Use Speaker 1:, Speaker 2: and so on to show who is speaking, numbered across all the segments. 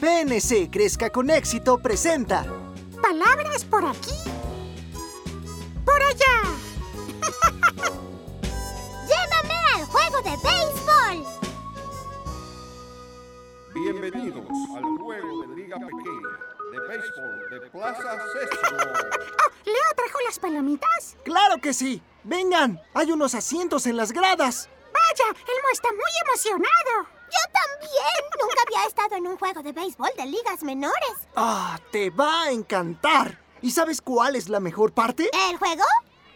Speaker 1: BNC Crezca con Éxito presenta.
Speaker 2: Palabras por aquí. Por allá. Llévame al juego de béisbol.
Speaker 3: Bienvenidos al juego de Liga Pequeña de béisbol de Plaza Sésamo.
Speaker 2: Oh, Leo trajo las palomitas.
Speaker 1: ¡Claro que sí! ¡Vengan! Hay unos asientos en las gradas.
Speaker 2: Vaya, Elmo está muy emocionado. Yo también. Nunca había estado en un juego de béisbol de ligas menores.
Speaker 1: ¡Ah! ¡Te va a encantar! ¿Y sabes cuál es la mejor parte?
Speaker 2: ¿El juego?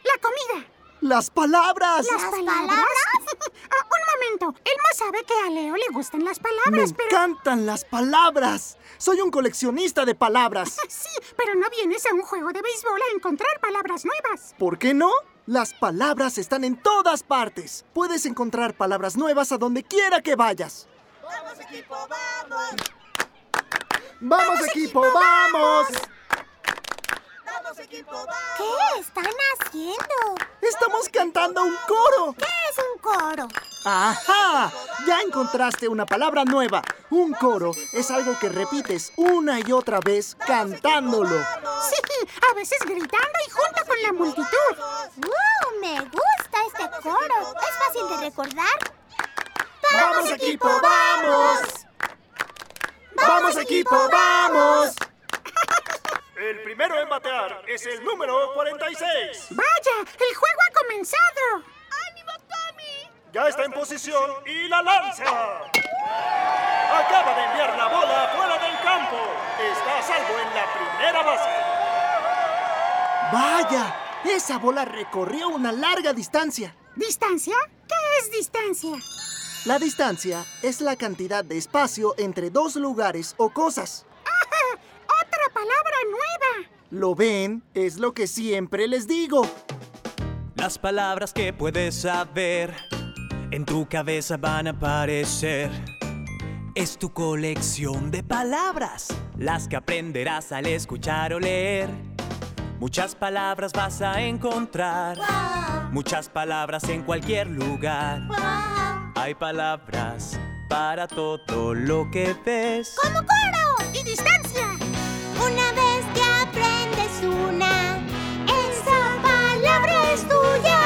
Speaker 2: La comida.
Speaker 1: ¡Las palabras!
Speaker 2: ¿Las, palabras? Ah, un momento. Elmo sabe que a Leo le gustan las
Speaker 1: ¡Me
Speaker 2: palabras, pero...
Speaker 1: encantan las palabras! Soy un coleccionista de palabras.
Speaker 2: Sí, pero no vienes a un juego de béisbol a encontrar palabras nuevas.
Speaker 1: ¿Por qué no? Las palabras están en todas partes. Puedes encontrar palabras nuevas a donde quiera que vayas. ¡Vamos, equipo, vamos! ¡Vamos, equipo, vamos!
Speaker 2: ¿Qué están haciendo?
Speaker 1: ¡Estamos cantando un coro!
Speaker 2: ¿Qué es un coro?
Speaker 1: ¡Ajá! Ya encontraste una palabra nueva. Un coro es algo que repites una y otra vez cantándolo.
Speaker 2: Sí, a veces gritando y junto con la multitud. ¡Wow! Me gusta este coro. Es fácil de recordar.
Speaker 1: ¡Vamos equipo, vamos! ¡Vamos equipo, vamos!
Speaker 3: El primero en batear es el número 46.
Speaker 2: ¡Vaya! ¡El juego ha comenzado! ¡Ánimo, Tommy!
Speaker 3: Ya está en posición y la lanza. Acaba de enviar la bola fuera del campo. Está a salvo en la primera base.
Speaker 1: ¡Vaya! Esa bola recorrió una larga distancia.
Speaker 2: ¿Distancia? ¿Qué es distancia?
Speaker 1: La distancia es la cantidad de espacio entre dos lugares o cosas.
Speaker 2: ¡Ah! ¡Otra palabra nueva!
Speaker 1: ¿Lo ven? Es lo que siempre les digo.
Speaker 4: Las palabras que puedes saber en tu cabeza van a aparecer. Es tu colección de palabras, las que aprenderás al escuchar o leer. Muchas palabras vas a encontrar, muchas palabras en cualquier lugar. Hay palabras para todo lo que ves.
Speaker 2: ¡Como coro! ¡Y distancia! Una vez que aprendes una, esa palabra es tuya.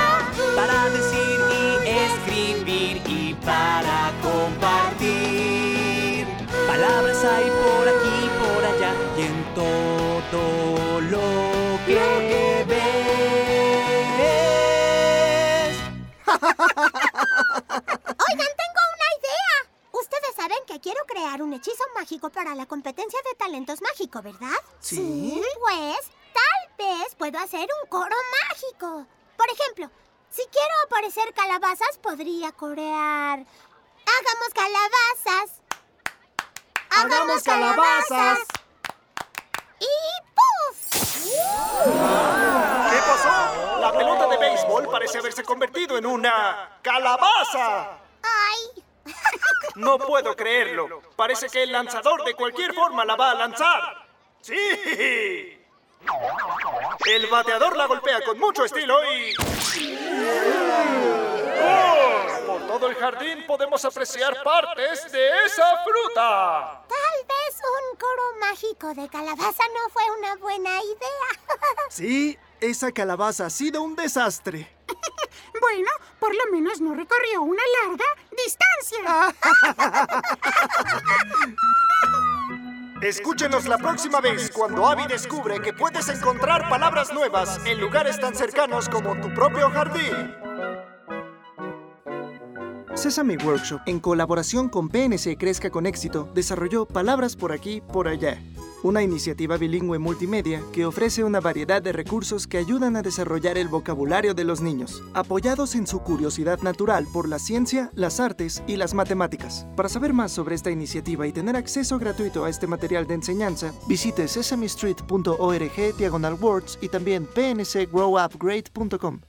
Speaker 4: para decir y escribir y para compartir. Palabras hay por aquí, por allá y en todo lo que ves.
Speaker 2: Oigan, tengo una idea. Ustedes saben que quiero crear un hechizo mágico para la competencia de talentos mágico, ¿verdad?
Speaker 1: Sí.
Speaker 2: Pues tal vez puedo hacer un coro mágico. Por ejemplo, si quiero aparecer calabazas, podría corear. Hagamos calabazas.
Speaker 1: ¡Hagamos calabazas!
Speaker 2: Y ¡puf!
Speaker 3: ¿Qué pasó? La pelota de béisbol parece haberse convertido en una calabaza.
Speaker 2: ¡Ay!
Speaker 3: No puedo creerlo. Parece que el lanzador de cualquier forma la va a lanzar. ¡Sí! El bateador la golpea con mucho estilo y... ¡Oh! Por todo el jardín podemos apreciar partes de esa fruta.
Speaker 2: Tal vez un coro mágico de calabaza no fue una buena idea.
Speaker 1: Sí, esa calabaza ha sido un desastre.
Speaker 2: Bueno, por lo menos no recorrió una larga distancia.
Speaker 3: Escúchenos la próxima vez cuando Abby descubre que puedes encontrar palabras nuevas en lugares tan cercanos como tu propio jardín.
Speaker 1: Sesame Workshop, en colaboración con PNC Crezca con Éxito, desarrolló Palabras por aquí, por allá, una iniciativa bilingüe multimedia que ofrece una variedad de recursos que ayudan a desarrollar el vocabulario de los niños, apoyados en su curiosidad natural por la ciencia, las artes y las matemáticas. Para saber más sobre esta iniciativa y tener acceso gratuito a este material de enseñanza, visite sesamestreet.org diagonal words y también pncgrowupgrade.com.